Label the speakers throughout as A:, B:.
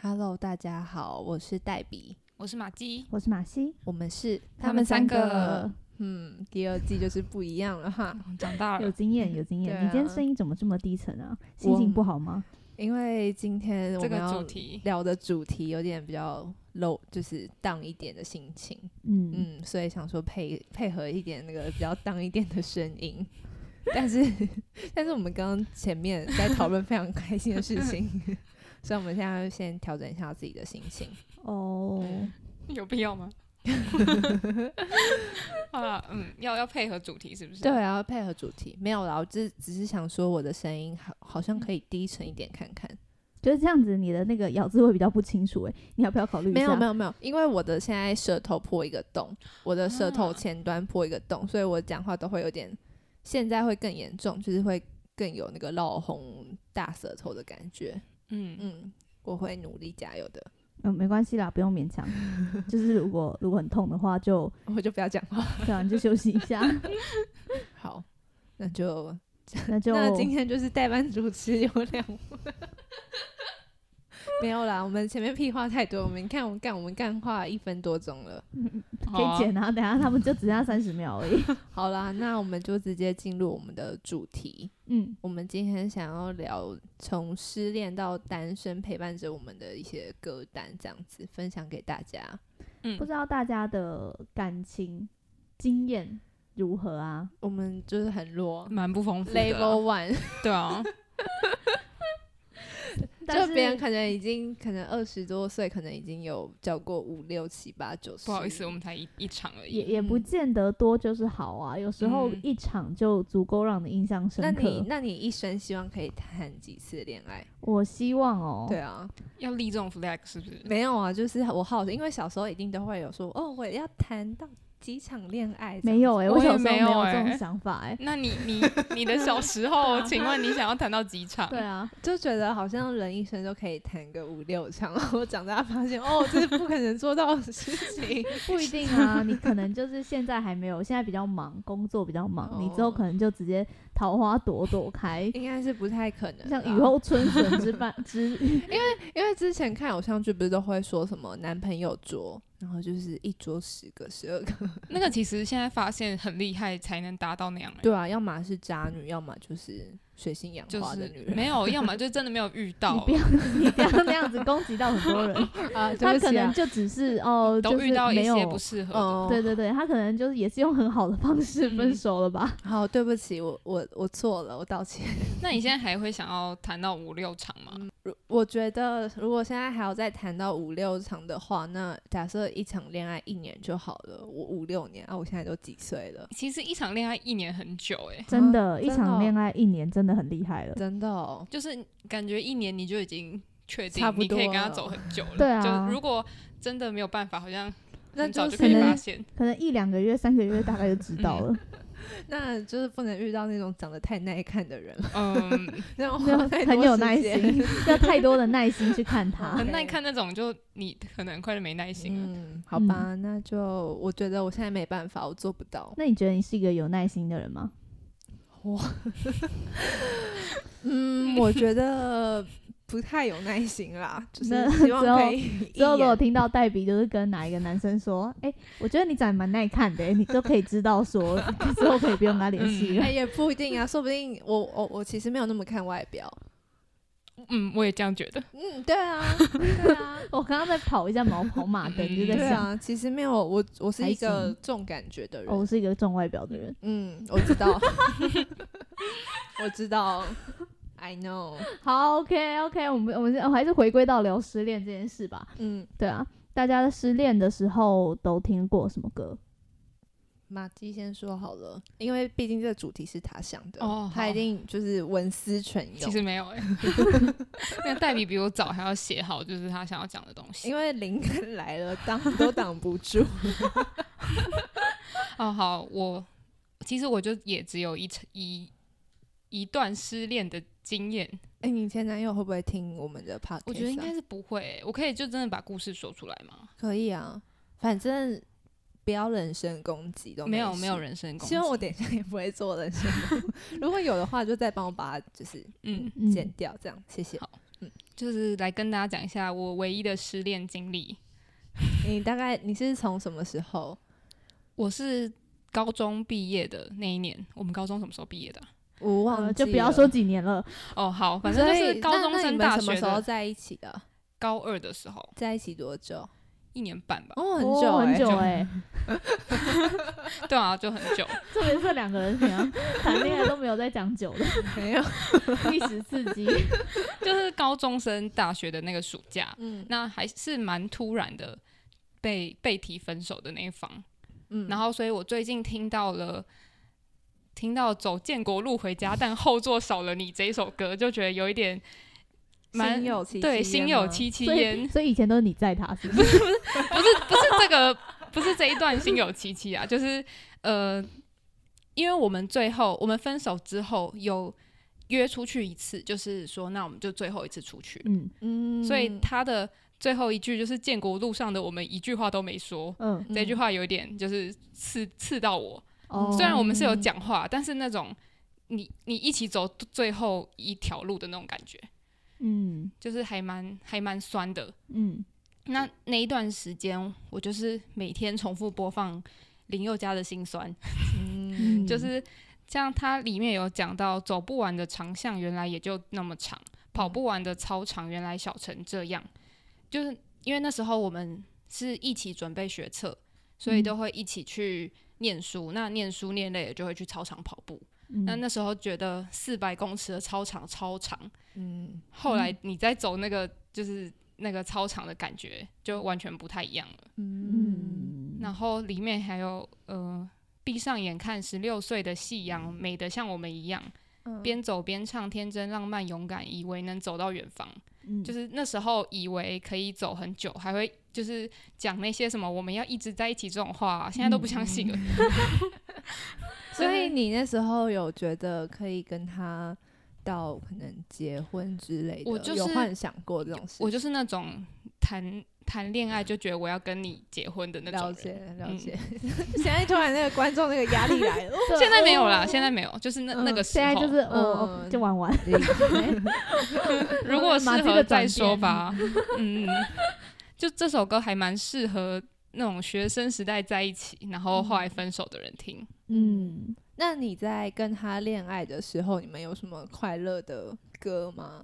A: Hello，大家好，我是黛比，
B: 我是马姬，
C: 我是马西，
A: 我们是
B: 他们三个，
A: 嗯，第二季就是不一样哦了 哈，
B: 长大
C: 有
B: 了，
C: 经验，有经验。
A: 对啊
C: 你今天声音怎么这么低沉啊？心情不好吗？
A: 因为今天我
B: 这
A: 们
B: 个
A: 要
B: 主题
A: 聊的主题有点比较 low，就是荡一点的心情，
C: 嗯，
A: 嗯，所以想说配配合一点那个比较荡一点的声音。但是， 但是我们刚刚前面在讨论非常开心的事情， 所以我们现在先调整一下自己的心情。
C: 哦，
B: 有必要吗？好啦，嗯，要要配合主题是不是？
A: 对，啊，要配合主题没有啦，我只只是想说我的声音好好像可以低沉一点看看。
C: 觉得这样子你的那个咬字会比较不清楚哎，你要不要考虑一
A: 没
C: 下？
A: 有没有没有，因为我的现在舌头破一个洞，我的舌头
B: 啊
A: 前端破一个洞，所以我讲话都会有点，现在会更严重，就是会更有那个闹红大舌头的感觉。
B: 嗯，
A: 嗯，我会努力加油的，
C: 嗯，没关系啦，不用勉强。就是如果如果很痛的话，就
A: 我就不要讲话。
C: 对啊，你就休息一下。
A: 好，那就
C: 那就
A: 那今天就是代班主持有两位。 没有啦，我们前面屁话太多，我们你看我们干我们干话一分多钟了。
C: 可以剪啊，等一下他们就只剩下三十秒 而已。
A: 好啦，那我们就直接进入我们的主题。
C: 嗯，
A: 我们今天想要聊从失恋到单身陪伴着我们的一些歌单，这样子分享给大家。
B: 嗯
C: 不知道大家的感情经验如何啊？
A: 我们就是很弱
B: 蛮不丰富的啊
A: ，Level One，
B: 对啊，
C: 但
A: 就是别人可能已经可能二十多岁，可能已经有交过五六七八九十。
B: 不好意思，我们才一一场而
C: 也
B: 已。
C: 也不
A: 嗯
C: 见得多就是好啊，有时候
B: 嗯
C: 一场就足够让你印象
A: 那
C: 深
A: 你
C: 刻。
A: 那你一生希望可以谈几次恋爱？
C: 我希望哦，
A: 对啊，
B: 要立这种 flag 是不是？
A: 没有啊，就是我好奇，因为小时候一定都会有说，哦，我要谈到几场恋爱。
C: 没有
A: 哎、
C: 哎、
B: 我
C: 我
B: 也
C: 小时候
B: 没
C: 没
B: 有
C: 有
B: 欸
C: 这种想法 哎、
B: 那你你你的小时候，请问你想要谈到几场？
C: 对啊，
A: 就觉得好像人一生都可以谈个五六场，然后长大发现，哦，这是不可能做到的事情。
C: 不一定啊，你可能就是现在还没有，现在比较忙，工作比较忙，你之
A: 哦，
C: 后可能就直接桃花朵朵开
A: 应该是啊不太可能。
C: 像雨，后春笋之般之
A: 因为之前看偶像剧不是都会说什么男朋友桌，然后就是一桌十个、十二个。
B: 那个其实现在发现很厉害，才能达到那样欸。
A: 对啊，要么是渣女，要么就是水性杨
B: 就
A: 花的
B: 是
A: 女人。
B: 没有，要么就真的没有遇
C: 你
B: 到
C: 不，要你不要那样子攻击到很多人，
A: 啊，对
C: 他
A: 不
C: 可
A: 起啊
C: 能就只是哦，就
B: 都
C: 是
B: 遇到一
C: 没
B: 些
C: 有
B: 不，适合的。
A: 嗯，
C: 对对对，他可能就是也是用很好的方式分
B: 嗯
C: 手了吧。
A: 好，对不起，我我我错了，我道歉。
B: 那你现在还会想要谈到五六场吗？
A: 如我觉得如果现在还要再谈到五六场的话，那假设一场恋爱一年就好了，我五六年啊，我现在都几岁了，
B: 其实一场恋爱一年很久哎、
C: 真
A: 啊
C: 的，一
A: 真的哦
C: 场恋爱一年真的很厉害了。
A: 真的、哦。
B: 就是感觉一年你就已经确定
A: 差不
B: 你可以
A: 多
B: 跟他
A: 了
B: 走很久了。
C: 对啊
B: 就如果真的没有办法，好像
A: 哦那
B: 很早
A: 就
B: 就可以
C: 是
B: 发 现。
C: 可能一两个月、三个月大概就知道了。
A: 那就是不能遇到那种长得太耐看的人，
B: 嗯，
A: 那种
C: 没有
A: 花 太多
C: 很有
A: 时
C: 耐
A: 间。
C: 心， 要太多的耐心去 看它。
B: 很耐看那种，就你可能很快就没耐心了。
A: 嗯，好吧，那就我觉得我现在没办法，我做不到。
C: 那你觉得你是一个有耐心的人吗？
A: 嗯，我觉得不太有耐心啦，就是
C: 那
A: 希望
C: 之后
A: 可以一
C: 之后如果
A: 眼。
C: 听到黛比就是跟哪一个男生说，哎、我觉得你长得蛮耐看 的、你都可以知道说 之后可以不用跟他联系了。
A: 哎，也不一定啊，说不定我我我其实没有那么看外表。
B: 嗯，我也这样觉得。
A: 嗯，对 啊，对啊，
C: 我刚刚在跑一下毛跑马灯，就
A: 对
C: 在想，
A: 啊，其实没有我，我是
C: 还
A: 一个
C: 行
A: 重感觉的人。
C: 哦，我是一个重外表的人。
A: 嗯，我知道， 我知道，I know。
C: 好，OK OK，我们我们我还是回归到聊失恋这件事吧。
A: 嗯，
C: 对啊，大家失恋的时候都听过什么歌？
A: 马姬先说好了，因为毕竟这个主题是他想的，
B: 哦
A: 他
B: 好
A: 一定就是文思泉涌。
B: 其实没有 哎、那黛比比我早还要写好，就是他想要讲的东西。
A: 因为灵感来了，挡都挡不住。
B: 哦，好，我其实我就也只有一一一段失恋的经验，
A: 哎、你前男友会不会听我们的 podcast？
B: 我觉得应该
A: 啊
B: 是不会欸、我可以就真的把故事说出来吗？
A: 可以啊，反正不要人身攻击都
B: 没有，
A: 事
B: 没有人身攻击。
A: 希望我等一下也不会做人 身攻击。如果有的话，就再帮我把它就是
B: 嗯，
C: 嗯，
A: 剪掉，这样谢谢。
B: 好就是来跟大家讲一下我唯一的失恋经历。
A: 你大概你是从什么时候？
B: 我是高中毕业的那一年，我们高中什么时候毕业的啊、
A: 我忘
C: 呃
A: 了，
C: 就不要说几 年了，
B: 哦，好，反正就是高中
A: 所以那那
B: 升大
A: 你们什么
B: 学
A: 时候
B: 的
A: 在一起的？
B: 高二的时候，
A: 在一起多久？
B: 一年半吧。
A: 哦，很久、
C: 哦，
A: 欸，
C: 很久哎、
B: 对啊，就很 久。
C: 特别是两个人平常谈恋爱都没有在讲久的，
A: 没 有，
C: 历史刺激，
B: 就是高中升大学的那个暑假，
A: 嗯
B: 那还是蛮突然的被被提分手的那一方。
A: 嗯
B: 然后，所以我最近听到了听到《走建国路回家》，但后座少了你这一首歌，就觉得有一点蛮
A: 心有戚戚
B: 对，心
A: 焉
B: 有
A: 吗
B: 戚戚
C: 所
B: 焉
C: 以。 所以以前都是你载他，是不是？
B: 不 是不是这个，不是这一段心有戚戚啊，就是呃，因为我们最后我们分手之后有约出去一次，就是说那我们就最后一次出去，
C: 嗯
A: 嗯
B: 所以他的最后一句就是建国路上的我们一句话都没说。
C: 嗯，
B: 这句话有点就是刺刺到我，
C: 哦，
B: 虽然我们是有讲话，但是那种你你一起走最后一条路的那种感觉，
C: 嗯
B: 就是还蛮还蛮酸的。
C: 嗯
B: 那那一段时间，我就是每天重复播放林宥嘉的心酸，
A: 嗯
B: 就是像它里面有讲到，走不完的长巷原来也就那么长，跑不完的操场原来小成这样，就是因为那时候我们是一起准备学测，所以
C: 嗯
B: 都会一起去念书。那念书念累了，就会去操场跑步。
C: 嗯，
B: 那那时候觉得四百公尺的操场超长，
A: 嗯
B: 后来你再走那个就是那个操场的感觉，就完全不太一样了。
A: 嗯
C: 嗯，
B: 然后里面还有呃，闭上眼看十六岁的夕阳，美得像我们一样，
A: 嗯
B: 边走边唱，天真浪漫勇敢，以为能走到远方。
C: 嗯
B: 就是那时候以为可以走很久，还会就是讲那些什么我们要一直在一起这种话、现在都不相信了。
C: 嗯
A: 所以你那时候有觉得可以跟他到可能结婚之类的，
B: 我就是
A: 有幻想过这种事情，
B: 我就是那种谈谈恋爱就觉得我要跟你结婚的那种
A: 了
B: 人。
A: 解了
B: 嗯
A: 解。 现在突然那个观众那个压力来 了，
C: 对
B: 现在没有啦，
C: 哦
B: 现在没有，就是那、那
A: 嗯
B: 个时
C: 现
B: 候。
C: 在就是我我
A: 嗯
C: 就玩玩，
B: 如果适
C: 马这
B: 合
C: 个
B: 再
C: 转
B: 说
C: 变
B: 吧。嗯，就这首歌还蛮适合那种学生时代在一起，然后后来分手的人听。
C: 嗯，
A: 那你在跟他恋爱的时候，你们有什么快乐的歌吗？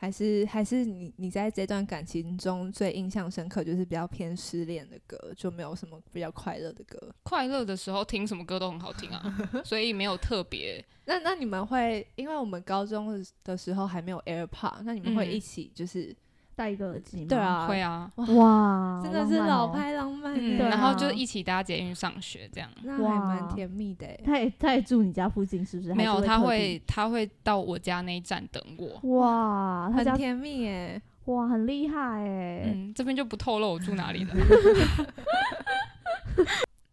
A: 还是还是你你在这段感情中最印象深刻，就是比较偏失恋的歌，就没有什么比较快乐的歌。
B: 快乐的时候听什么歌都很好听啊，所以没有特 别。
A: 那那你们会，因为我们高中的时候还没有 AirPod，那你们会
B: 嗯
A: 一起就是、
C: 戴一个耳机吗？
A: 对，啊，
B: 会啊，
C: 哇，哦
A: 真的是老
C: 派。
A: 派哦浪漫
B: 嗯，
A: 欸、
C: 对啊
B: 然后就一起搭捷运上学这样。
A: 那还蛮
C: 哇
A: 甜蜜的、欸。
C: 他也他也住你家附近是不是？
B: 没有，
C: 还是
B: 他
C: 特
B: 会他会到我家那一站等我。
C: 地哇，他
A: 很
C: 家
A: 甜蜜欸耶、
C: 哇很厉害哎，
B: 嗯，这边就不透露我住哪里 了。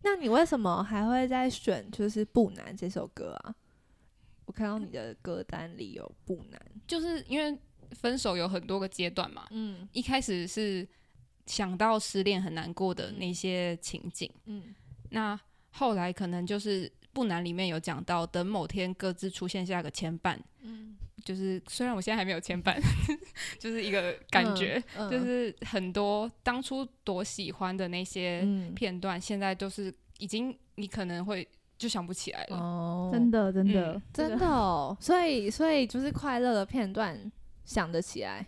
A: 那你为什么还会在选就是《不难》这首歌啊？我看到你的歌单里有《不难》，
B: 就是因为分手有很多个阶段嘛，
A: 嗯
B: 一开始是想到失恋很难过的那些情景。
A: 嗯
B: 那后来可能就是《不难》里面有讲到，等某天各自出现下个牵绊，
A: 嗯，
B: 就是虽然我现在还没有牵绊， 就是一个感觉，
A: 嗯
B: 就是很多当初多喜欢的那些
A: 嗯
B: 片段，现在都是已经你可能会就想不起来了。
A: 哦，
C: 真的真的
B: 嗯
C: 这
A: 真
C: 个
A: 的哦，所以所以就是快乐的片段想得起来，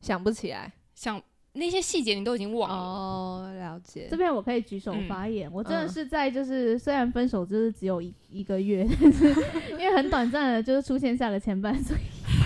A: 想不起来。
B: 像那些细节你都已经忘了，
A: 哦，了解
C: 这。边我可以举手
B: 嗯
C: 发言，我真的
A: 嗯
C: 是在就是虽然分手就是只有一一个月，但 是因为很短暂的，就是出现下个前半，所以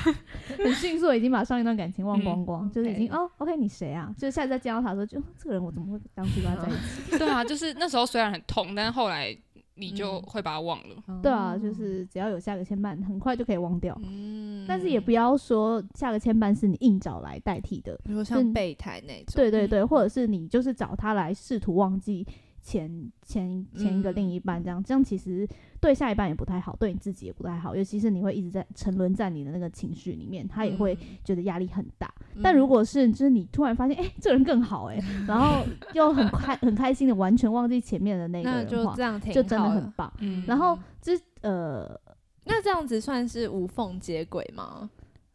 C: 很迅速地已经把上一段感情忘光光，
A: 嗯
C: 就是已经
A: OK
C: 哦，OK 你谁啊？就是下次再见到他的时候，就这个人我怎么会当初跟他在一起？
B: 对啊，就是那时候虽然很痛，但是后来你
C: 嗯
B: 就会把它忘了。
C: 对啊，
A: 哦
C: 就是只要有下个前半，很快就可以忘掉。
A: 嗯
C: 但是也不要说下个牵绊是你硬找来代替的，
A: 比如
C: 嗯
A: 像备胎那种。
C: 对对对，或者是你就是找他来试图忘记前前前一个
A: 嗯
C: 另一半，这样、这样其实对下一半也不太好，对你自己也不太好，尤其是你会一直在沉沦在你的那个情绪里面，他也会觉得压力很大。
A: 嗯。
C: 但如
A: 果
C: 果是就是你突然发现，哎、这人更好哎、 然后又很快很开心的完全忘记前面的那个
A: 那
C: 人的
A: 就
C: 话
A: 这，样挺
C: 就真的
A: 好
C: 很棒。
B: 嗯
C: 然后这呃
A: 那这样子算是无缝接轨吗？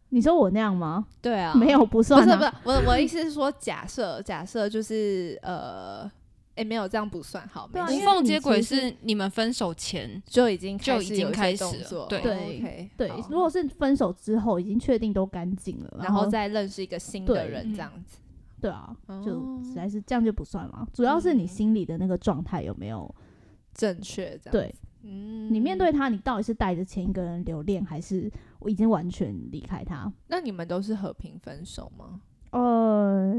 C: 你说我那样吗？
A: 对啊，
C: 没有，不
A: 不
C: 算、
A: 是
C: 啊。
A: 不是，我我的意思是说假设假设就是呃，哎没有这样不算好，没
C: 对啊
A: 事
B: 无
C: 因为
B: 缝
C: 你
B: 接
C: 其
B: 轨
C: 实
B: 是你们分手前，
A: 就已经
B: 就
A: 开
B: 已
A: 始
B: 经
A: 有一些
B: 开始
A: 动
B: 了
A: 作，
B: 对
C: 对
A: OK，
C: 对
A: 好，
C: 如果是分手之后已经确定都干净了，
A: 然后再认识一个新的
C: 对
A: 人
B: 嗯
A: 这样子，
C: 对啊，就
A: 哦
C: 实在是这样就不算了。主要是你
A: 嗯
C: 心里的那个状态有没有？
A: 正确这样，
C: 对，
A: 嗯
C: 你面对他，你到底是带着前一个人留恋，还是我已经完全离开他？
A: 那你们都是和平分手吗？
C: 呃，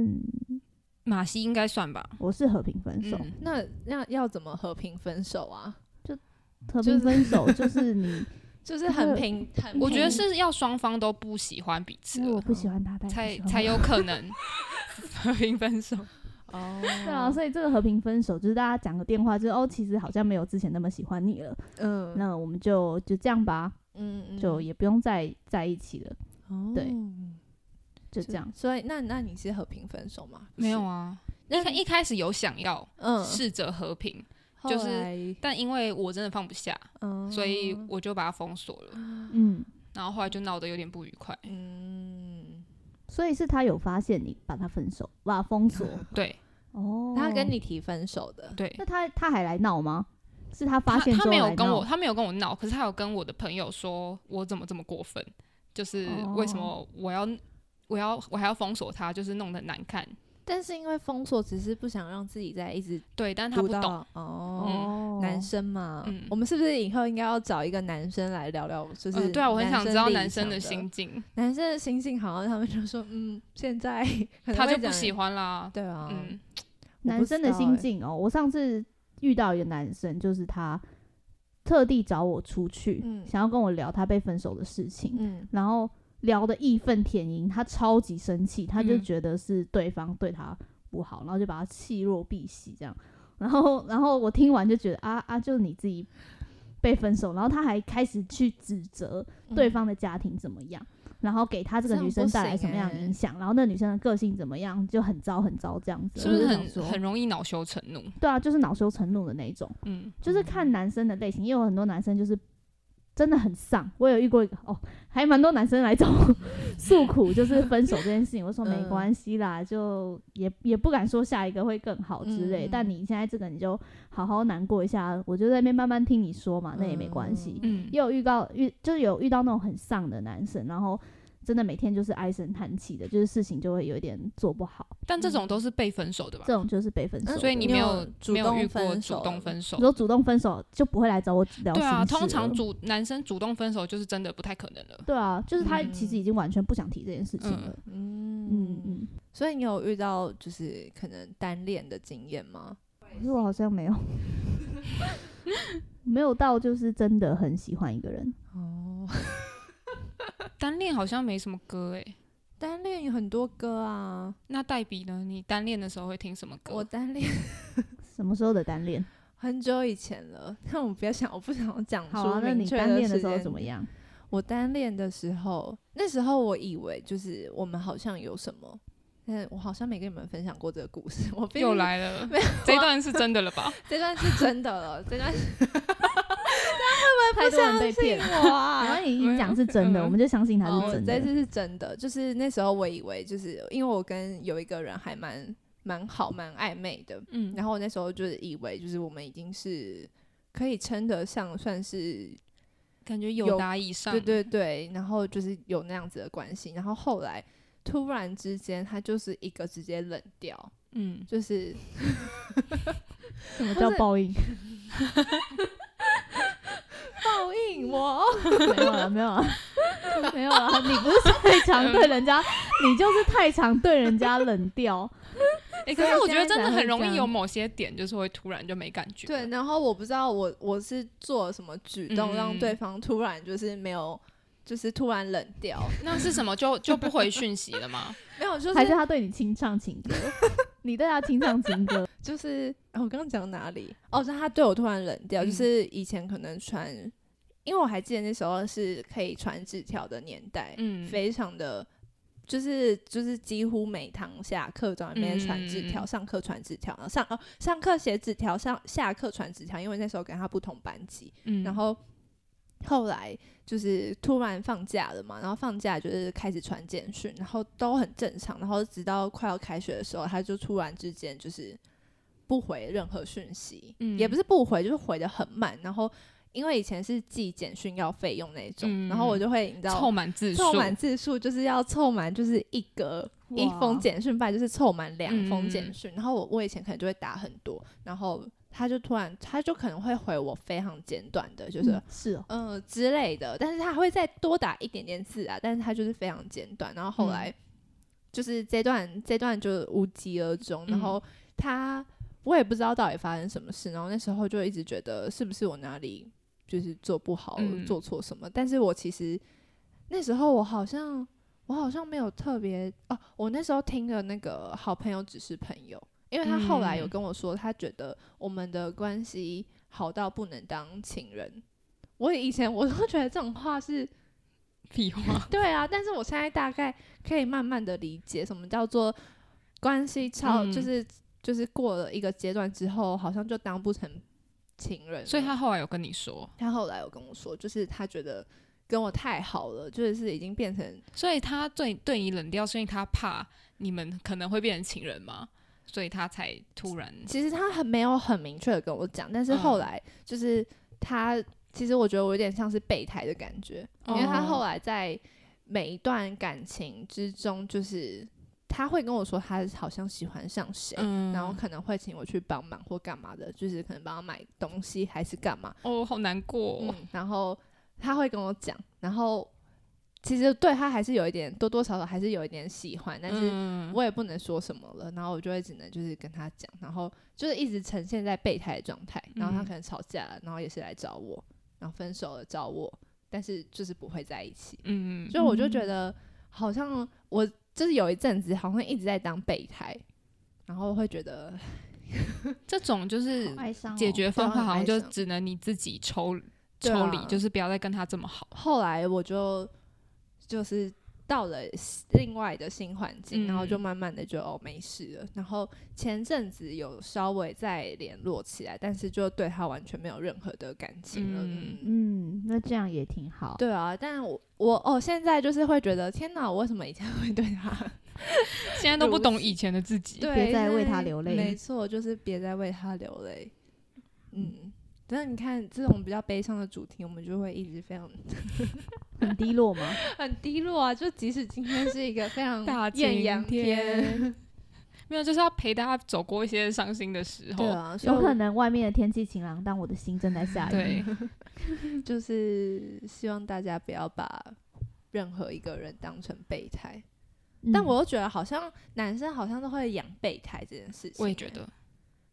B: 马西应该算吧。
C: 我是和平分手，
B: 嗯，
A: 那那要怎么和平分手啊？
C: 和
A: 就
C: 平
A: 是
C: 分手 就是你，
A: 就是很平，很
B: 我觉得
A: 平
B: 是要双方都不喜欢彼此
C: 因为我
B: 了，
C: 不
A: 嗯
C: 喜欢他，他
B: 才
C: 也不喜欢
B: 才
C: 我
B: 有可能和平分手。
A: 哦，
C: 对啊，所以这个和平分手就是大家讲个电话，就是哦，其实好像没有之前那么喜欢你了，
A: 嗯
C: 那我们就就这样吧，
A: 嗯嗯
C: 就也不用再在一起了，对
A: 哦
C: 就这样。
A: 所以那那你是和平分手吗？
B: 没有啊，一开一开始有想要
A: 嗯，
B: 试着和平，
A: 后
B: 就是
A: 来
B: 但因为我真的放不下，
A: 嗯，
B: 所以我就把它封锁了。
A: 啊
C: 嗯，
B: 然后后来就闹得有点不愉快。
A: 嗯，
C: 所以是他有发现你把他分手，把他封锁
B: 对
C: 哦。
A: 他跟，你提分手的，
B: 对，
C: 那他他还来闹吗？是他发
B: 欸他
C: 现
B: 他
C: 之后
B: 没有
C: 来
B: 跟
C: 闹
B: 我，他没有跟我闹，可是他有跟我的朋友说我怎么这么过分，就是为什么我要我要我还要封锁他，就是弄得很难看。
A: 但是因为封锁只是不想让自己再一直
B: 对，但是他
A: 读
B: 不懂。
A: 到哦。
C: 哦，
A: 男生嘛，
B: 嗯
A: 我们是不是以后应该要找一个男生来聊聊？就是、
B: 嗯，对啊，我很想知道男生
A: 的
B: 的心，境，
A: 男生的心性，好像他们就说，嗯，现在 可能
B: 他就
A: 会
B: 不
A: 讲
B: 喜欢啦。
A: 对啊，
B: 嗯，
C: 男生的心境哦。我上次遇到一个男生，就是他特地找我出去，
A: 嗯
C: 想要跟我聊他被分手的事情，
A: 嗯，
C: 然后聊得义愤填膺，他超级生气，他就
B: 嗯
C: 觉得是对方对他不好，然后就把他弃若敝屣这样。然后，然后我听完就觉得啊啊，就是你自己被分手，然后他还开始去指责对方的家庭怎么样，然后给他这个
A: 嗯这样
C: 女生
A: 不
C: 带来
A: 行
C: 什么样的
A: 欸
C: 影响，然后那女生的个性怎么样，就很糟很糟这样子。
B: 是
C: 我
B: 不是
C: 就想
B: 很
C: 说
B: 很容易恼羞成怒？
C: 对啊，就是恼羞成怒的那一种，
B: 嗯，
C: 就是看男生的类型，也有很多男生就是真的很丧。我有遇过一个哦，还蛮多男生来找我诉苦，就是分手这件事情。我说没
A: 嗯
C: 关系啦，就也也不敢说下一个会更好之类。
A: 嗯
C: 但你现在这个你就好好难过一下，我就在那边慢慢听你说嘛，那也没关系。
B: 嗯，
C: 也有遇到遇就是有遇到那种很丧的男生，然后真的每天就是唉声叹气的，就是事情就会有一点做不好。
B: 但这种都是被分手的吧
C: 这？种就是被分手的，
B: 所以你
A: 你
B: 没
A: 嗯有
B: 有
A: 主
B: 没有
A: 动
B: 遇过
A: 分
B: 主
A: 手
B: 动
A: 了
B: 分手
C: 你？说主动分手就不会来找我聊
B: 对啊，
C: 心事
B: 通常
C: 了
B: 主男生主动分手就是真的不太可能了。
C: 对啊，就是他
A: 嗯
C: 其实已经完全不想提这件事情了。
A: 嗯
C: 嗯
A: 嗯，
C: 嗯，
A: 所以你有遇到就是可能单恋的经验吗？
C: 可是我好像没有， 没有到就是真的很喜欢一个人。
A: 哦，
B: 单恋好像没什么歌诶、
A: 单恋有很多歌啊，
B: 那黛比呢？你单恋的时候会听什么
A: 我
B: 歌？
A: 单恋
C: 什么时候的单恋？
A: 很久以前了，但我不要想，我不想要讲
C: 好啊
A: 出，
C: 那
A: 明
C: 你
A: 确
C: 单恋的
A: 时
C: 时候
A: 间
C: 怎么？样？
A: 我单恋的时候，那时候我以为就是我们好像有什么，但我好像没跟你们分享过这个故事，我并
B: 又
A: 不
B: 来了
A: 没有，啊
B: 这一段是真的了吧？
A: 这段是真的了，这 段是
C: 太多人被骗了。
A: 我啊
C: 然后你一讲是真的，
B: 嗯
C: 我们就相信他
A: 哦，
C: 是真
A: 这
C: 的。
A: 次是真的，就是那时候我以为就是因为我跟有一个人还蛮蛮好蛮暧昧的，
B: 嗯，
A: 然后我那时候就是以为就是我们已经是可以称得上算是
B: 感觉
A: 有
B: 有达以上，
A: 对对对，然后就是有那样子的关系，然后后来突然之间他就是一个直接冷掉，
B: 嗯，
A: 就是
C: 什么叫报应？
A: 报应我，
C: 没有啊，没有啊， 没有啊！你不是太常对人家，你就是太常对人家冷掉。
B: 诶欸可是我觉得真的很容
C: 所以现在才会这
B: 易
C: 样
B: 有某些点，就是会突然就没感觉。
A: 对，，然后我不知道我我是做了什么举动让对
B: 嗯
A: 方突然就是没有，就是突然冷掉，
B: 那是什么？就就不回讯息 了吗？
A: 没有，就是
C: 还是他对你清唱情歌，你对他清唱情歌，
A: 就是、哦我刚刚讲哪里？哦，是他对我突然冷掉，
B: 嗯
A: 就是以前可能传，因为我还记得那时候是可以传纸条的年代，
B: 嗯，
A: 非常的。就是就是几乎每堂下课都在那边传纸条，
B: 嗯嗯嗯
A: 上课传纸条，然后上哦上课写纸条，上下课传纸条，因为那时候跟他不同班级，
B: 嗯
A: 然后后来就是突然放假了嘛，然后放假就是开始传简讯，然后都很正常，然后直到快要开学的时候，他就突然之间就是不回任何讯息，
B: 嗯
A: 也不是不回，就是回的很慢。然后因为以前是寄简讯要费用那种，
B: 嗯
A: 然后我就会你知道
B: 凑满字数，
A: 凑满字数就是要凑满，就是一格
C: 哇
A: 一封简讯，不然就是凑满两封
B: 嗯
A: 简讯。然后我我以前可能就会打很多，然后他就突然他就可能会回我非常简短的，就是
C: 嗯是哦，
A: 嗯、呃之类的，但是他会再多打一点点字啊，但是他就是非常简短。然后后
B: 嗯
A: 来、就是这段这段就无疾而终，然
B: 嗯
A: 后他我也不知道到底发生什么事，然后那时候就一直觉得是不是我哪里就是做不好、
B: 嗯
A: 做错什么，但是我其实那时候我好像我好像没有特别哦、我那时候听了那个好朋友只是朋友。因为他后来有
B: 嗯
A: 跟我说，他觉得我们的关系好到不能当情人，我以前我都觉得这种话是
B: 屁话，
A: 对啊，但是我现在大概可以慢慢的理解什么叫做关系超，
B: 嗯
A: 就是就是过了一个阶段之后，好像就当不成情人了。
B: 所以他后来有跟你说，
A: 他后来有跟我说，就是他觉得跟我太好了，就是已经变成
B: 所以他对对你冷掉，所以他怕你们可能会变成情人吗？所以他才突然，
A: 其实他很没有很明确的跟我讲，但是后来就是他，其实我觉得我有点像是备胎的感觉，因为他
B: 哦
A: 后来在每一段感情之中，就是他会跟我说他好像喜欢上谁。
B: 嗯
A: 然后可能会请我去帮忙或干嘛的，就是可能帮他买东西还是干嘛。
B: 哦，好难过哦、
A: 嗯，然后他会跟我讲，然后其实对他还是有一点多多少少还是有一点喜欢，但是
B: 嗯
A: 我也不能说什么了，然后我就会只能就是跟他讲，然后就是一直呈现在备胎的状态，然后他
B: 嗯
A: 可能吵架了，然后也是来找我，然后分手了找我，但是就是不会在一起，
B: 嗯，
A: 所以我就觉得好像我就是有一阵子好像一直在当备胎，然后会觉得
B: 这种就是
A: 嗯
C: 好哀伤哦
B: 解决方
A: 对
B: 法，
A: 啊
B: 好像
A: 很
B: 就
A: 哀伤
B: 只能你自己抽
A: 对
B: 抽
A: 啊
B: 离，就是不要再跟他这 么好。
A: 后来我就就是到了另外的新环境，
B: 嗯
A: 然后就慢慢的就哦没事了。然后前阵子有稍微再联络起来，但是就对他完全没有任何的感情了。
B: 嗯
A: 嗯
C: 嗯，那这样也挺好。
A: 对啊，但我我哦，现在就是会觉得，天哪，我为什么以前会对 他？
B: 现在都不懂以前的自己。
A: 对，
C: 别再为他流泪
A: 没错，就是别再为他流泪。嗯，但是你看这种比较悲伤的主题，我们就会一直非常
C: 很低 落吗？
A: 很低落啊。就即使今天是一个非常
B: 大
A: 啊艳
B: 晴
A: 阳天，
B: 天， 没有，就是要陪大家走过一些伤心的时
A: 对啊
B: 候。
A: 啊，所以
C: 有
A: 我
C: 可能外面的天气晴朗，但我的心正在下雨。
B: 对，
A: 就是希望大家不要把任何一个人当成备胎。
C: 嗯，
A: 但我又觉得好像男生好像都会养备胎这件事情、
B: 我也觉，得，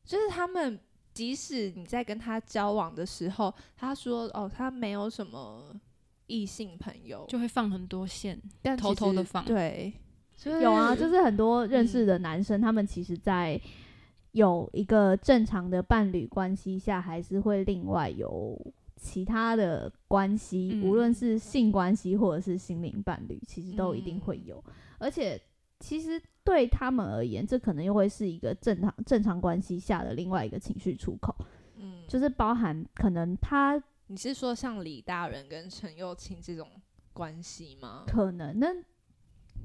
A: 就是他们即使你在跟他交往的时候，他说哦他没有什么异性朋友，
B: 就会放很多线。
A: 但其
B: 偷偷地
A: 实
B: 放
A: 对，嗯就是
C: 有啊，就是很多认识的男生，他们其实，在有一个正常的伴侣关系下，还是会另外有其他的关系，
B: 嗯
C: 无论是性关系或者是心灵伴侣，其实都一定
A: 嗯
C: 会有。而且，其实对他们而言，这可能又会是一个正常正常关系下的另外一个情绪出口，
A: 嗯，哦
C: 就是包含可能他
A: 你是说像李大人跟陈幼卿这种关系吗？
C: 可能那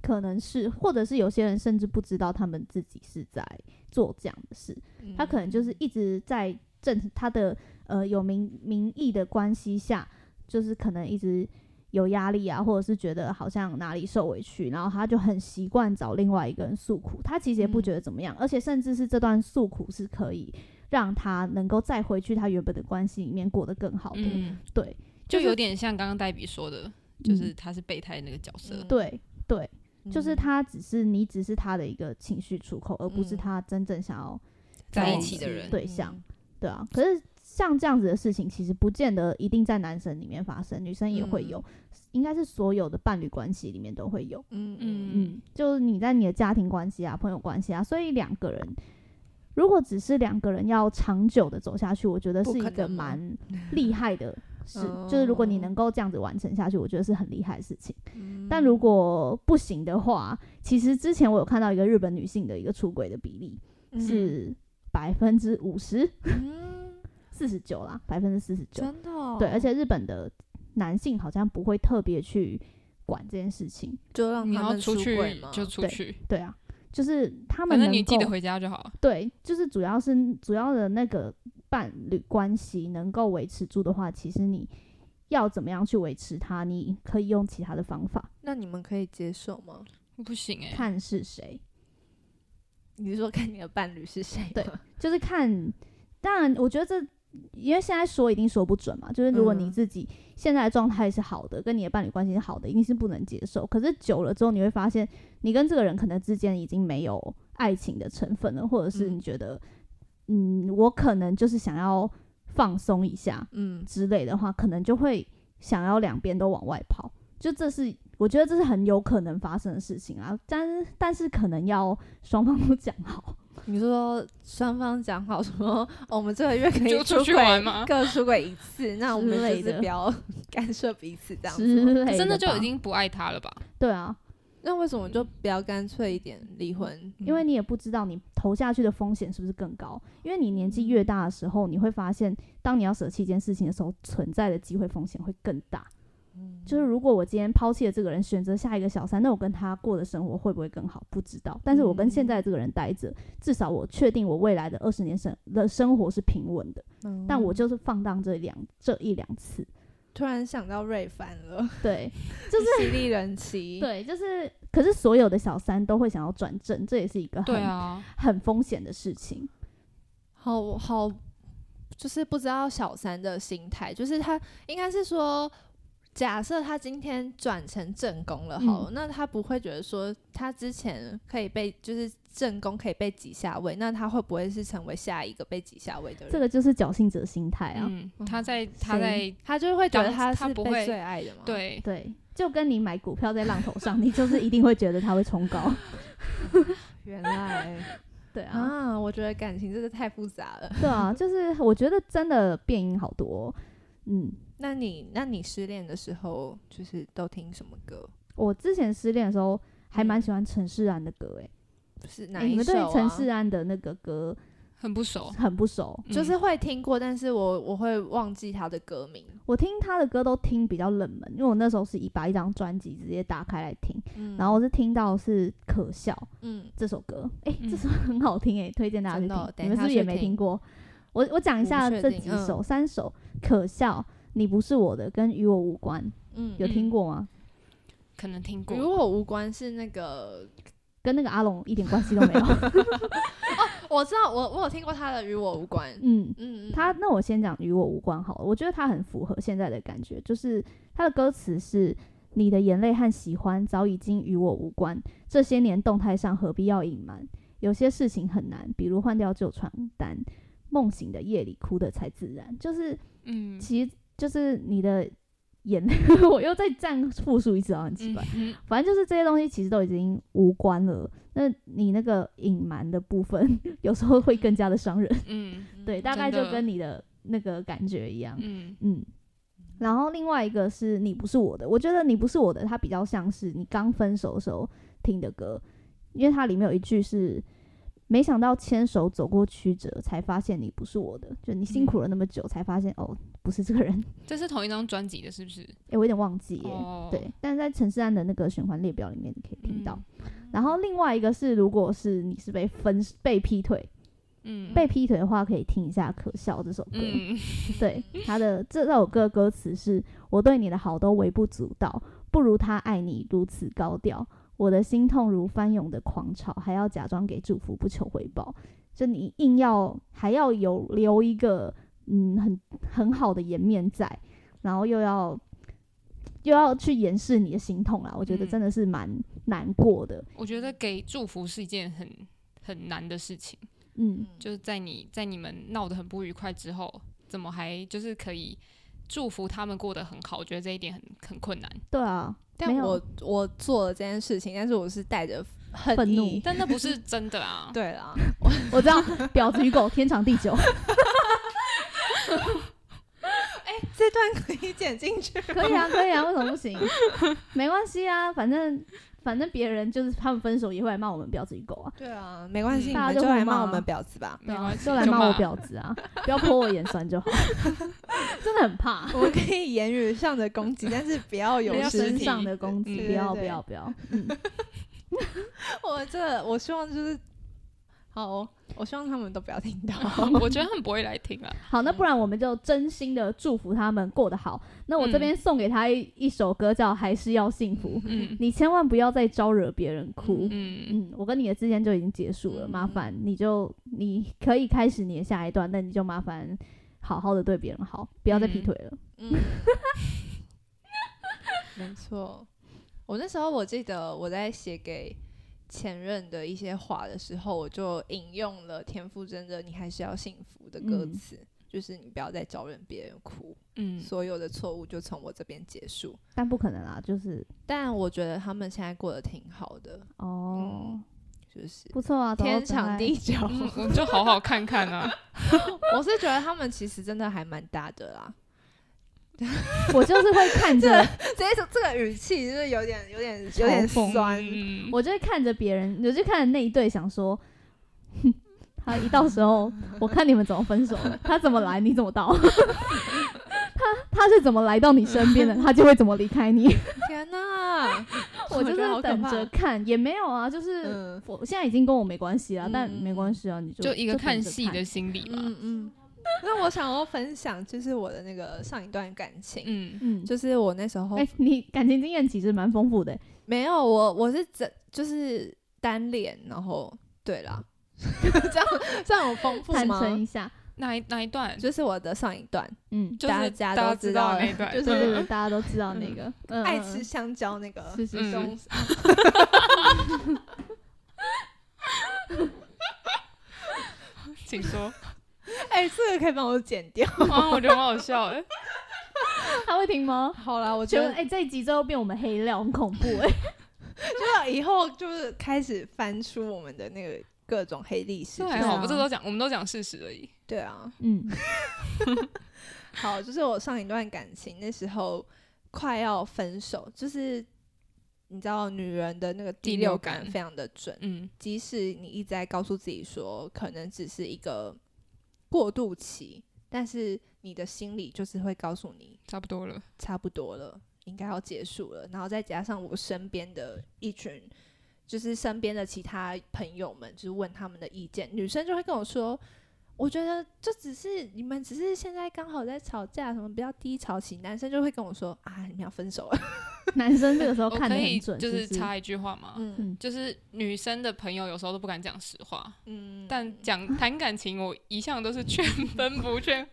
C: 可能是，或者是有些人甚至不知道他们自己是在做这样的事，
B: 嗯
C: 他
A: 嗯
C: 可能就是一直在正他的呃有名名义的关系下，就是可能一直有压力啊，或者是觉得好像哪里受委屈，然后他就很习惯找另外一个人诉苦，他其实也
B: 嗯
C: 不觉得怎么样，而且甚至是这段诉苦是可以让他能够再回去他原本的关系里面过得更好的，
B: 嗯，
C: 对，
B: 就
C: 就是
B: 有点像刚刚黛比说的，就是
C: 嗯
B: 他是备胎那个角色。
A: 嗯
C: 对对。就是
A: 嗯
C: 他只是你只是他的一个情绪出口，而不是
A: 嗯
C: 他真正想要
B: 在
A: 一
C: 我
A: 起的
B: 人
C: 对象，对啊。可是像这样子的事情，其实不见得一定在男生里面发生，女生也会
A: 嗯
C: 有，应该是所有的伴侣关系里面都会有。
A: 嗯
B: 嗯
A: 嗯
C: 嗯，就是你在你的家庭关系啊、朋友关系啊，所以两个人如果只是两个人要长久的走下去，我觉得
A: 不
C: 是一
A: 可
C: 个
A: 能啊哦吗
C: 蛮厉害的事。就是如果你能够这样子完成下去，我觉得是很厉害的事情。
A: 嗯
C: 但如果不行的话，其实之前我有看到一个日本女性的一个出轨的比例是百分之五十
A: 嗯
C: 四十九啦，百分之四十九。
A: 真的哦、
C: 对，而且日本的男性好像不会特别去管这件事情。
A: 就让
B: 你
A: 他
B: 要
A: 们
B: 出去
A: 轨吗？
B: 就出
C: 对
B: 去，
C: 对啊，就是他们
B: 反正
C: 能
B: 你记得
C: 够
B: 回家就好了。
C: 对，就是主要是主要的那个伴侣关系能够维持住的话，其实你要怎么样去维持它，你可以用其他的方法，
A: 那你们可以接受吗？
B: 不行哎、
C: 看是谁，
A: 你是说看你的伴侣是谁吗？
C: 对就是看。当然，我觉得这因为现在说一定说不准嘛，就是如果你
A: 嗯
C: 自己现在的状态是好的，跟你的伴侣关系是好的，一定是不能接受。可是久了之后，你会发现你跟这个人可能之间已经没有爱情的成分了，或者是
A: 嗯
C: 你觉得，嗯，我可能就是想要放松一下，
A: 嗯，
C: 之类的话，可能就会想要两边都往外跑。就这是我觉得这是很有可能发生的事情啊，但是但是可能要双方都讲好，
A: 你说双方讲好说，哦我们这个月可以
B: 就
A: 出
B: 出去
A: 轨
B: 玩嘛
A: 各出轨一次，那我们
C: 之类
A: 就是
C: 的
A: 不要 干涉彼此这样
C: 之
A: 子吗。
C: 类
B: 真的
C: 的
B: 就
C: 吧
B: 已经不爱他了吧？
C: 对啊，
A: 那为什么
B: 嗯
A: 就不要干脆一点离婚？
C: 因为你也不知道你投下去的风险是不是更高，因为你年纪
B: 嗯
C: 越大的时候，你会发现，当你要舍弃一件事情的时候，存在的机会风险会更大。就
B: 嗯
C: 是如果我今天抛弃了这个人，选择下一个小三，那我跟他过的生活会不会更好？不知道。但是我跟现
B: 嗯
C: 在这个人待着，至少我确定我未来的二十年生的生活是平稳的。但
B: 嗯
C: 我就是放荡这两这一两次，
A: 嗯突然想到瑞凡了，
C: 对
A: 犀利人妻。
C: 对，就是。可是所有的小三都会想要转正，这也是一个很、
B: 对啊，
C: 很风险的事情。
A: 好好，就是不知道小三的心态，就是他应该是说，假设他今天转成正宫了，
C: 嗯
A: 好了，那他不会觉得说他之前可以被就是正宫可以被挤下位，那他会不会是成为下一个被挤下位的人？
C: 这个就是侥幸者心态啊。
B: 嗯，他在他
C: 谁
B: 在
A: 他就会觉得
B: 当
A: 他
B: 他
A: 是
B: 不
A: 被
B: 会
A: 最爱的嘛？，
B: 对，
C: 对，就跟你买股票在浪头上，你就是一定会觉得它会冲 高。
A: 原 来
C: 对啊，
A: 啊，我觉得感情真的太复杂了。
C: 对啊，就是我觉得真的变音好多哦、嗯，
A: 那你那你失恋的时候，就是都听什么歌？
C: 我之前失恋的时候还蛮喜欢陈势安的歌、诶、
A: 是
C: 哎、
A: 嗯哪一首、啊哦
C: 你们对陈势安的那个歌
B: 很不熟，
C: 很不熟，
B: 嗯
A: 就是会听过，但是我我会忘记他的歌名。
C: 我听他的歌都听比较冷门，因为我那时候是以把一张专辑直接打开来听，
A: 嗯
C: 然后我是听到是《可笑》
A: 嗯，
C: 这首歌，哎、
B: 嗯
C: 这首很好听哎、推荐大家去
A: 真的哦
C: 听。
A: 等
C: 你
A: 一下
C: 们是不是也
A: 去
C: 没
A: 听
C: 听过？我我讲一
A: 我不
C: 下
A: 确
C: 这
A: 定
C: 几
A: 嗯
C: 首，三首可笑，你不是我的，跟与我无关，
A: 嗯
C: 有听过吗？
B: 可能听
A: 与
B: 过。
A: 我无关是那个，
C: 跟那个阿龙一点关系都 没有。
A: 我知道我我有听过他的《与我无关》
C: 嗯，
A: 嗯。嗯，
C: 他那我先讲与我无关好了，我觉得他很符合现在的感觉，就是他的歌词是。你的眼泪和喜欢早已经与我无关，这些年动态上何必要隐瞒？有些事情很难，比如换掉旧床单，梦醒的夜里哭的才自然。就是
B: 嗯，
C: 其实就是你的眼 泪，我又再这样复述一次啊，很奇怪。
B: 嗯哼
C: 反正就是这些东西其实都已经无关了。那你那个隐瞒的部分， 有时候会更加的伤人。
B: 嗯
C: 对，大
B: 真
C: 概就
B: 的
C: 跟你的那个感觉一样。
B: 嗯
C: 嗯。然后另外一个是你不是我的，我觉得你不是我的，它比较像是你刚分手的时候听的歌，因为它里面有一句是没想到牵手走过曲折，才发现你不是我的，就你辛苦了那么久，才发现哦不是这个人，
B: 这是同一张专辑的，是不是？
C: 诶，我有点忘记耶，
B: 哦，
C: 对，但是在陈势安的那个循环列表里面你可以听到
B: 嗯。
C: 然后另外一个是，如果是你是被分被劈腿，
B: 嗯，
C: 被劈腿的话，可以听一下《可笑》这首歌。
B: 嗯，
C: 对，他的这首歌的歌词是：“我对你的好都微不足道，不如他爱你如此高调。我的心痛如翻涌的狂潮，还要假装给祝福，不求回报。就你硬要还要有留一个嗯很很好的颜面在，然后又要又要去掩饰你的心痛啦。我觉得
B: 嗯
C: 真的是蛮难过的。嗯
B: 我觉得给祝福是一件很很难的事情，
C: 嗯，
B: 就是在你在你们闹得很不愉快之后，怎么还就是可以祝福他们过得很好？我觉得这一点很很困难，
C: 对啊，
A: 但
C: 没有
A: 我我做了这件事情，但是我是带着恨
C: 愤
A: 意。
C: 怒。
B: 但那不是真的啊
A: 对啦，
C: 我知道，婊子与狗，天长地久。
A: 这段可以剪进去。
C: 可以啊，可以啊，为什么不行？没关系啊，反正反正别人就是他们分手也会来骂我们婊子与狗啊，
A: 对啊，没关系，你
C: 大
A: 们
C: 家就
A: 就
C: 会
A: 来骂
C: 骂
A: 我们婊子吧。
B: 没
C: 对啊
B: 关系
C: 就来
B: 就
C: 骂我
B: 骂
C: 婊子啊，不要泼我眼酸就好， 真的很怕。
A: 我们可以言语上的攻击，但是不要有
C: 不要
B: 实
A: 身
C: 身
B: 体
C: 上的攻击，
A: 嗯
C: 不要
A: 对对
C: 不
A: 对
C: 要不要，
A: 我这我希望就是，好哦，我希望他们都不要听到。
B: 我觉得他们不会来听啊。
C: 好，那不然我们就真心的祝福他们过得好。那我这边送给他一一首歌，叫《还是要幸 福》，
B: 嗯
C: 你千万不要再招惹别人哭。
B: 嗯，
C: 嗯，我跟你的之间就已经结束了，
A: 嗯
C: 麻烦你就你可以开始你的下一段，但你就麻烦好好的对别人好，不要再劈
B: 嗯
C: 腿了。
A: 嗯， 没错。我那时候我记得我在写给前任的一些话的时候，我就引用了田馥甄的《你还是要幸福》的歌
C: 嗯
A: 词，就是你不要再招惹别人哭，
B: 嗯，
A: 所有的错误就从我这边结束。
C: 但不可能啦，就是
A: 但我觉得他们现在过得挺好的，
C: 哦，
A: 嗯就是
C: 不错啊，找到
A: 天
C: 真
A: 长
C: 爱
A: 地久。
B: 嗯我们就好好看看啊。
A: 我是觉得他们其实真的还蛮搭的啦，
C: 我就是会看着，
A: 这种这个语气就是有点有点
C: 嘲
A: 有点
C: 讽
A: 酸，啊
B: 嗯，
C: 我就会看着别人，我就看着那一对，想说，哼，他一到时候，我看你们怎么分手的，他怎么来，你怎么到， 他他是怎么来到你身边的，他就会怎么离开你。！
A: 天哪
C: 我就是
A: 觉得好可
C: 等
A: 怕
C: 着，看，也没有啊，就是。
A: 嗯
C: 我现在已经跟我没关系了，但
A: 嗯
C: 没关系啊，你就
B: 就一个
C: 等着看
B: 看戏的心理嘛。
A: 嗯嗯。那我想要分享就是我的那个上一段感情，
B: 嗯
C: 嗯，
A: 就是我那时候
C: 哎、你感情经验其实蛮丰富的、
A: 没有我我是真就是单恋，然后对啦， 这样这样有丰富
C: 坦
A: 吗？
C: 诚一下，
B: 哪一哪一段？
A: 就是我的上一段，
C: 嗯，
B: 就是
A: 大
B: 家
A: 家都
B: 知
A: 知道
B: 的那
A: 了
B: 段，
A: 就
C: 对对对，
A: 是
C: 大家都知道那
B: 嗯
C: 个，嗯
A: 爱
C: 嗯
A: 吃啊
C: 嗯
A: 香蕉那个
C: 是是
B: 嗯
C: 是，
A: 东西，
B: 请说。
A: 哎，这个可以帮我剪掉。
B: 啊，我觉得蛮好笑的。
C: 他会听吗？
A: 好啦，我觉
C: 就
A: 得
C: 哎、这一集之后变我们黑料，很恐怖哎、
A: 就是以后就是开始翻出我们的那个各种黑历史
B: 这。还
A: 就是
B: 好，
C: 啊
B: 我们这都讲，我们都讲事实而已。
A: 对啊，
C: 嗯，
A: 好，就是我上一段感情那时候快要分手，就是你知道女人的那个第
B: 第
A: 六
B: 六
A: 感
B: 感
A: 非常的准，
B: 嗯
A: 即使你一直在告诉自己说可能只是一个过渡期，但是你的心里就是会告诉你
B: 差不多了。
A: 差不多了，应该要结束了。然后再加上我身边的一群，就是身边的其他朋友们，就是问他们的意见，女生就会跟我说。我觉得就只是你们只是现在刚好在吵架，什么比较低潮期，男生就会跟我说啊，你们要分手了。
C: 男生这个时
B: 我
C: 候看得
B: 可
C: 很
B: 以
C: 准，
B: 就是是
C: 不是
B: 插一句话嘛，
A: 嗯
B: 就是女生的朋友有时候都不敢讲实话，
A: 嗯
B: 但讲谈感情，我一向都是劝分不劝。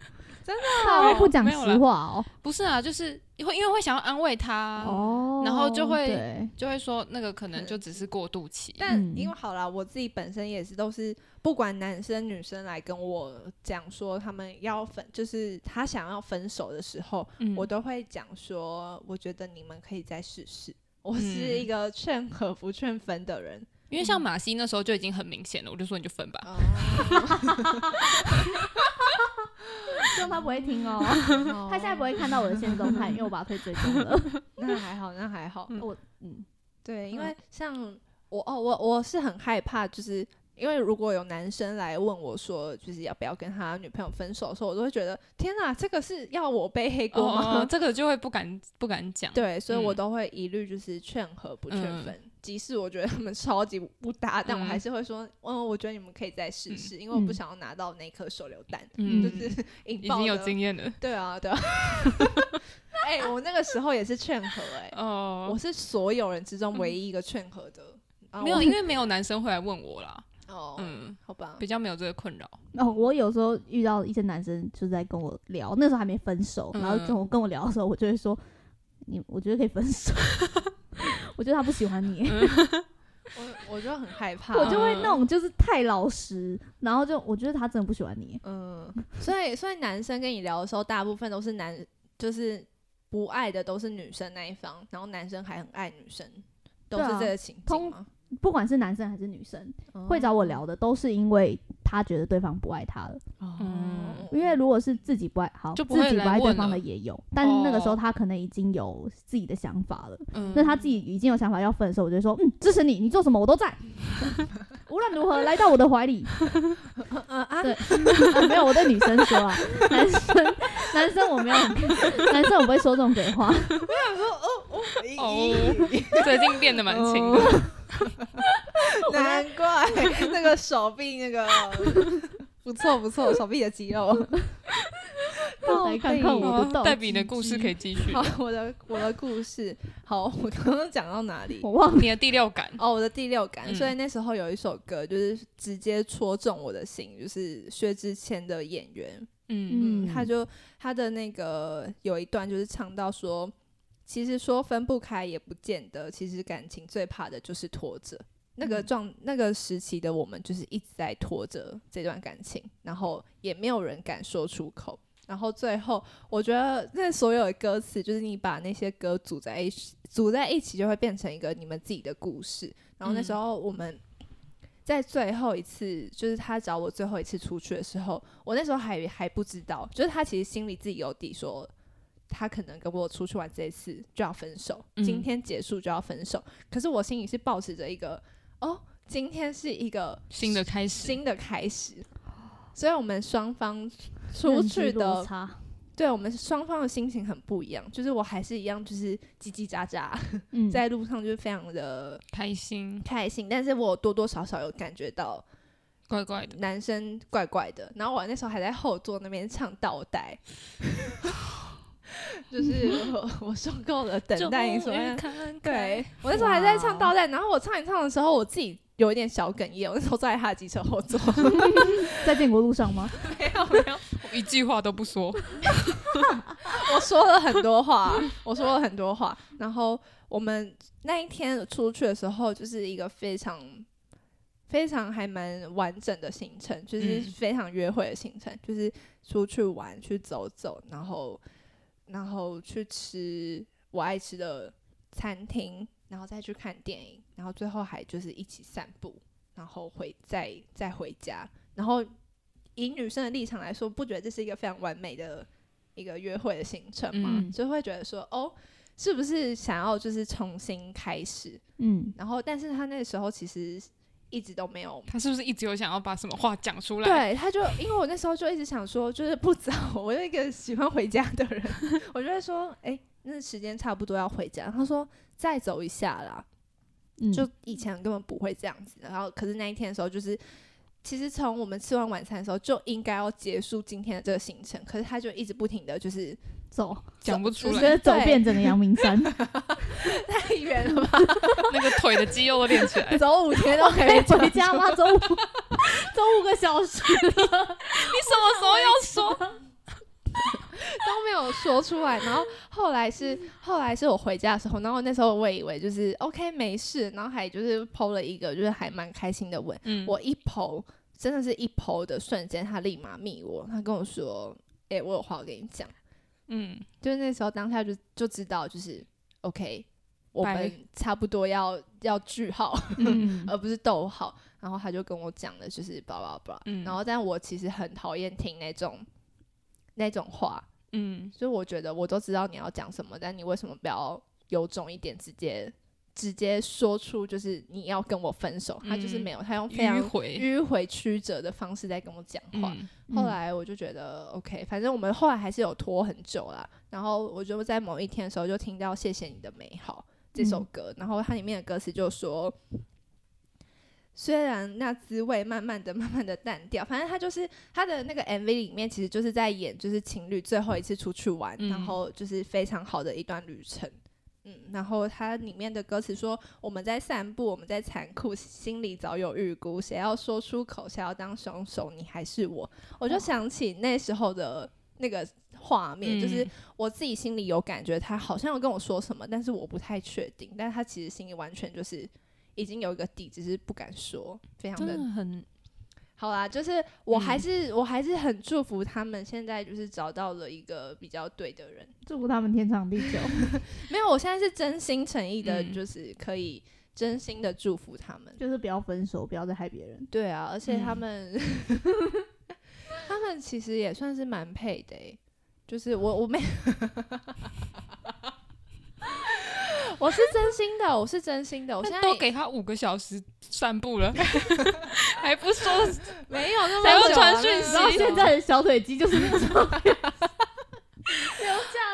C: 他会不讲
B: 没有
C: 实
B: 啦
C: 话哦，
B: 不是啊，就是会因为会想要安慰他，
C: 哦，
B: 啊然后就会
C: 对
B: 就会说那个可能就只是过渡期。
A: 但
C: 嗯
A: 因为好啦，我自己本身也是都是不管男生女生来跟我讲说他们要分，就是他想要分手的时候，
B: 嗯
A: 我都会讲说，我觉得你们可以再试试。我是一
B: 嗯
A: 个劝和不劝分的人，
B: 因为像马西那时候就已经很明显了，我就说你就分
C: 哦
B: 吧。
C: 希望他不会听哦，
A: 他
C: 他现在不会看到我的现实动态，因为我把他推追踪了。
A: 那还好，那还好。
B: 嗯
C: 我嗯，
A: 对，因
C: 嗯
A: 为像我哦，我我是很害怕，就是因为如果有男生来问我说，就是要不要跟他女朋友分手的时候，我都会觉得天哪，这个是要我背黑锅吗？
B: 哦，这个就会不敢不敢讲。
A: 对，所以我
B: 嗯
A: 都会一律就是劝和不劝
B: 嗯
A: 分。即使我觉得他们超级不搭，但我还
B: 嗯
A: 是会说，嗯，我觉得你们可以再试试，因为我不
C: 嗯
A: 想要拿到那颗手榴弹，
B: 嗯，
A: 就是 引
B: 已
A: 爆
B: 经有
A: 的
B: 经验了。
A: 对啊，对啊。哎、我那个时候也是劝和、哎、
B: 哦嗯
A: 我，是所有人之中唯一一个劝和的。啊
B: 没
A: 我
B: 有，因为没有男生会来问我啦。
A: 哦，
B: 嗯，
A: 好吧
B: 比，较没有这个困扰。
C: 哦，我有时候遇到一些男生就在跟我聊，那时候还没分手，然
B: 嗯
C: 后跟我跟我聊的时候，我就会说，你我觉得可以分手， 我觉得他不喜欢你。
B: 嗯
A: 我我就很害怕。
C: 我就会那种就是太老实，然后就我觉得他真的不喜欢你，
A: 嗯，所以所以男生跟你聊的时候，大部分都是男，就是不爱的都是女生那一方，然后男生还很爱女生，都是
C: 对啊
A: 这个情境
C: 通
A: 吗？
C: 不管是男生还是女生，
A: 嗯
B: 哦
C: 会找我聊的都是因为他觉得对方不爱他了。
A: 哦
B: 嗯
C: 因为如果是自己不爱好，
B: 就不
C: 自
B: 会
C: 己不
B: 来
C: 爱对
B: 问
C: 方
B: 了
C: 的也有，但是那个时候
B: 哦
C: 他可能已经有自己的想法了。
B: 嗯
C: 那他自己已经有想法要分的时候，我就说，嗯，支持你，你做什么我都 在，无论如何来到我的怀 里。
A: 嗯啊，
C: 对， 啊没有我对女生说 啊，男生男生我没有很，男生我不会说这种鬼话。
A: 想说哦哦，咦
B: 哦最近练的蛮勤的。
A: 难怪那个手臂那个不错不错，手臂的肌肉。
C: 来看看我的
B: 哦
C: 道
B: 黛比的故
C: 具
B: 事可以继 续，
A: 好，我的我的故事，好，我刚刚讲到哪里？
C: 我忘了。
B: 你的第六感
A: 哦，我的第六感，
B: 嗯
A: 所以那时候有一首歌就是直接戳中我的心，就是薛之谦的《演员》。
B: 嗯
A: 嗯，
C: 嗯
A: 他就他的那个有一段就是唱到说，其实说分不开也不见得，其实感情最怕的就是拖着。那个
C: 嗯
A: 状、那个时期的我们，就是一直在拖着这段感情，然后也没有人敢说出口。然后最后，我觉得那所有的歌词，就是你把那些歌组在一起，组在一起就会变成一个你们自己的故事。然后那时
B: 嗯
A: 候我们在最后一次，就是他找我最后一次出去的时候，我那时候还还不知道，就是他其实心里自己有底说。他可能跟我出去玩这一次就要分手，
B: 嗯
A: 今天结束就要分手。可是我心里是保持着一个，哦，今天是一个
B: 新的开始，
A: 新的开始，所以我们双方出
C: 认
A: 去
C: 知落
A: 的
C: 差，
A: 对我们双方的心情很不一样，就是我还是一样，就是叽叽喳喳，
C: 嗯，
A: 在路上就是非常的
B: 开心，
A: 开心，但是我多多少少有感觉到
B: 怪怪的，
A: 男生怪怪的，然后我那时候还在后座那边唱倒带， 就是我我受够了等待你所
B: 终于
A: 谓的
B: 看开
A: 对，我那时候还在唱倒带，然后我唱一唱的时候，我自己有一点小哽咽，我那时候坐在他的机车后座，
C: 在建国路上吗？
A: 没有没有，
B: 我一句话都不 说，
A: 我说了很多话，我说了很多话。然后我们那一天出去的时候，就是一个非常、非常还蛮完整的行程，就是
B: 嗯
A: 非常约会的行程，就是出去玩、去走走，然后然后去吃我爱吃的餐厅，然后再去看电影，然后最后还就是一起散步，然后回再再回家，然后。以女生的立场来说，不觉得这是一个非常完美的一个约会的行程嘛，
C: 嗯
A: 就会觉得说，哦，是不是想要就是重新开始？
C: 嗯，
A: 然后，但是他那时候其实一直都没有，
B: 他是不是一直有想要把什么话讲出来？
A: 对，他就因为我那时候就一直想说，就是不早， 我是一个喜欢回家的人， 我就会说，哎、那时间差不多要回家。他说再走一下啦，
C: 嗯
A: 就以前根本不会这样子。然后，可是那一天的时候，就是其实从我们吃完晚餐的时候就应该要结束今天的这个行程，可是他就一直不停的就是
C: 走，
B: 讲不出
A: 对
C: 我
B: 来，
C: 觉得走遍整个阳明 山，
A: 太远了吧？。
B: 那个腿的肌肉都练起来
A: 走五 天都可
C: 可以
A: 以
C: 回家 吗？走五走五个小时，
B: 你什么时候要说？
A: 都没有说出来。然后后来是后来是我回家的时候，然后那时候我以为就是 OK 没事，然后还就是剖了一个就是还蛮开心的吻。
B: 嗯，
A: 我一剖真的是一剖的瞬间，他立马密我，他跟我说：“诶，我有话要跟你讲。
B: 嗯，”
A: 就是那时候当下就就知道就是 OK，我
B: 拜
A: 们差不多要要句号。
C: 嗯，
A: 而不是逗号。然后他就跟我讲的就是叭叭叭，
B: 嗯
A: 然后但我其实很讨厌听那种那种话，
B: 嗯，
A: 所以我觉得我都知道你要讲什么，但你为什么不要有种一点，直接直接说出就是你要跟我分手？他就是
B: 嗯
A: 没有，他用非常
B: 迂回。
A: 迂回曲折的方式在跟我讲话。
B: 嗯
A: 后来我就觉得 OK，反正我们后来还是有拖很久啦。然后我就在某一天的时候就听到《谢谢你的美好》这首
C: 嗯
A: 歌，然后它里面的歌词就说，虽然那滋味慢慢的、慢慢的淡掉，反正它就是它的那个 MV 里面其实就是在演就是情侣最后一次出去玩，
B: 嗯
A: 然后就是非常好的一段旅程。嗯，然后它里面的歌词说：“我们在散步，我们在残酷，心里早有预估，谁要说出口，谁要当凶手，你还是我。”我就想起那时候的那个画面，就是
B: 嗯
A: 我自己心里有感觉，他好像有跟我说什么，但是我不太确定。但是他其实心里完全就是已经有一个底，只是不敢说，非常
B: 真
A: 的
B: 的很
A: 好啦，就是我还
B: 嗯
A: 是、我还是很祝福他们现在就是找到了一个比较对的人。
C: 祝福他们天长地久。
A: 没有，我现在是真心诚意的，
B: 嗯
A: 就是可以真心的祝福他们。
C: 就是不要分手，不要再害别人。
A: 对啊，而且他
B: 嗯
A: 们、他们们其实也算是蛮配的、欸，就是我我没，我是真心的，我是真心的，我现在
B: 那都给他五个小时散步 了，还不说
A: 没有那
B: 才
A: 么
B: 会
A: 久
B: 传
A: 啊
B: 讯
A: 那
B: 息
C: 然后
A: 那
C: 现在的小腿肌就是 那种留下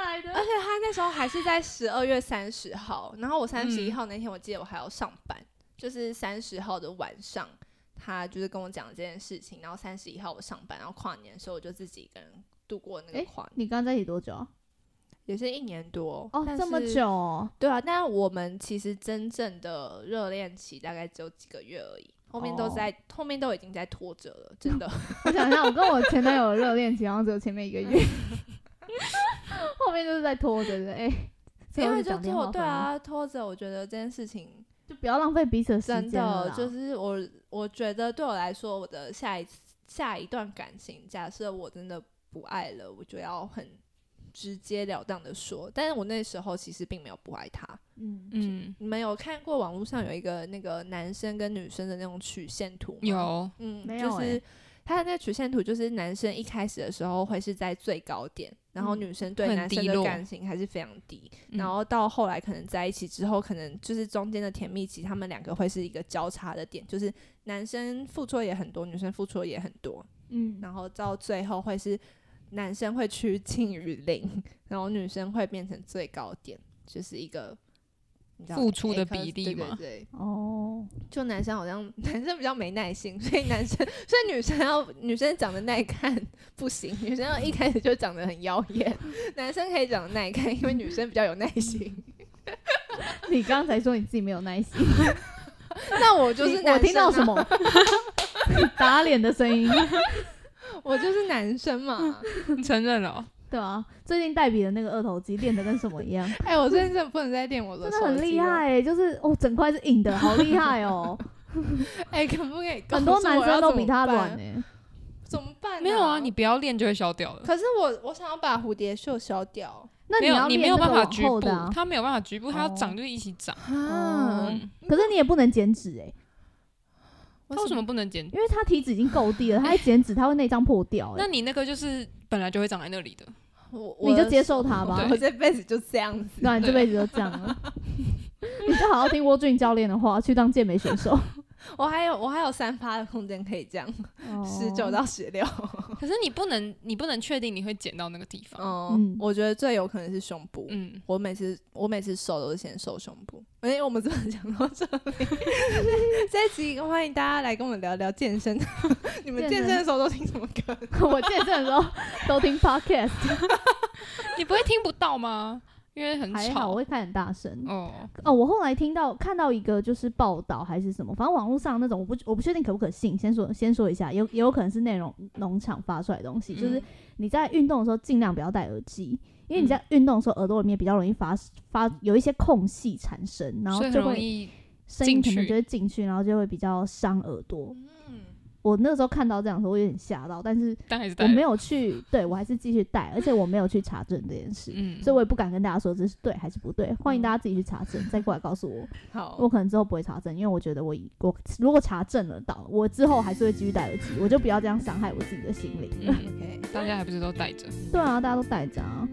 C: 来
A: 而
C: 的。
A: 且他那时候还是在十二月三十号，然后我三
B: 嗯
A: 十一号那天，我记得我还要上班，就是三十号的晚上，他就是跟我讲这件事情，然后三十一号我上班，然后跨年的时候我就自己一个人度过那个
C: 诶
A: 跨年，
C: 你刚在一起多久啊？
A: 也是一年多
C: 哦，这么，
A: 但是
C: 久哦，
A: 对啊，但我们其实真正的热恋期大概只有几个月而已。后面
C: 哦
A: 都在后面都已经在拖着了，真 的。
C: 我想一下，我跟我前男友的热恋期好像只有前面一个 月，后面就是在拖着的。哎，最
A: 因
C: 后
A: 为
C: 就
A: 就
C: 讲电话
A: 拖，对
C: 回来
A: 啊，拖着，我觉得这件事情
C: 就不要浪费彼此的时
A: 真
C: 间了
A: 的
C: 啦。
A: 就是我，我觉得对我来说，我的下一次下一段感情，假设我真的不爱了，我就要很直截了当的说。但是我那时候其实并没有不爱他。
C: 嗯，
B: 嗯
A: 你们有看过网络上有一个那个男生跟女生的那种曲线图吗？，
B: 有
A: 嗯，
C: 没有
A: 就
C: 欸
A: 是他的那个曲线图，就是男生一开始的时候会是在最高点，然后
C: 嗯
A: 女生对
B: 很
A: 男生
B: 低
A: 的
B: 落
A: 感情还是非常低。
B: 嗯
A: 然后到后来可能在一起之后，可能就是中间的甜蜜期，他们两个会是一个交叉的点，就是男生付出也很多，女生付出也很多，
C: 嗯，
A: 然后到最后会是男生会趋近于零，然后女生会变成最高点，就是一个你知道
B: 付出的
A: A 颗
B: 比例
A: 对对
B: 嘛
A: 对，
C: 哦，
A: 就男生好像男生比较没耐心，所以男生所以女生要女生长得耐看不行，女生要一开始就长得很妖艳，男生可以长得耐看，因为女生比较有耐心。
C: 你刚才说你自己没有耐心，
A: 那我 就
C: 你
A: 是男生、啊
C: 我听到什？ 么 打脸的声音，
A: 我就是男生 嘛。
B: 你承认了哦、
C: 对啊，最近黛比的那个二头肌练得跟什么一样，
A: 哎、我最近真的不能再练我的
C: 真
A: 手
C: 的很
A: 肌
C: 厉
A: 了。
C: 害、欸，就是哦，整块是硬的，好厉害 哦，
A: 哎、可不可以告
C: 很
A: 诉
C: 多
A: 我
C: 男生
A: 要
C: 都
A: 怎
C: 比
A: 么
C: 他软
A: 办
C: 哎、
A: 怎么办、
B: 没有啊，你。不要练就会消掉了。
A: 可是我我想要把蝴蝶袖削掉
C: 那
B: 没
C: 要
B: 有，
C: 练
B: 没有
C: 那
B: 办
C: 个
B: 法
C: 往
B: 局
C: 后
B: 部
C: 的、啊，，
B: 它没有办法局部，它要
C: 哦
B: 长就一起长。
A: 啊
C: 哦
B: 嗯，
C: 可是你也不能减脂哎、
B: 它为什么不能剪？
C: 因为他体脂已经够低了，他一减脂他会内脏破掉哎、
B: 那你那个就是本来就会长在那里的，
A: 我我
C: 你就
A: 的
C: 接受它吧
A: 我这辈子就这样子。
C: 那你这辈子就这 样了。你就好好听沃俊教练的话，去当健美选手。
A: 我还有我还有三趴的空间可以这样， 十
C: 哦
A: 九到十六。
B: 可是你不能，你不能确定你会剪到那个地
C: 哦
B: 方。
A: 嗯，我觉得最有可能是胸部。
B: 嗯，
A: 我每次我每次瘦都是先瘦胸部，因为我们真的讲到这 里，这一集欢迎大家来跟我们聊聊健身。 你们健身的时候都听什么歌？
C: 哦 我健身的时候都听 podcast，
B: 你不会听不到吗？因为很
C: 还好
B: 吵
C: 我。会开很大声。
B: 哦，
C: 哦，我后来听到看到一个就是报道还是什么，反正网络上那种我不我不确定可不可信，先说先说一下，有也有可能是内容农场发出来的东西，就是
B: 嗯
C: 你在运动的时候尽量不要戴耳机，因为你在运动的时候耳朵里面比较容易发发有一些空隙产生，然后
B: 所以很
C: 就
B: 容
C: 会
B: 易
C: 声音可
B: 进
C: 能
B: 去
C: 就会进去，然后就会比较伤耳朵。
A: 嗯，
C: 我那时候看到这样的时候，我有点吓到，但是
B: 但还是戴
C: 我
B: 了。
C: 没有去，对我还是继续戴，而且我没有去查证这件事，
B: 嗯，
C: 所以我也不敢跟大家说这是对还是不对，欢迎大家自己去查证，再过来告诉我。
A: 好，
C: 我可能之后不会查证，因为我觉得我以我如果查证了到，我之后还是会继续戴耳机，我就不要这样伤害我自己的心灵了。
B: 嗯
A: OK，
B: 大家还不是都戴着？
C: 对啊，大家都戴着啊，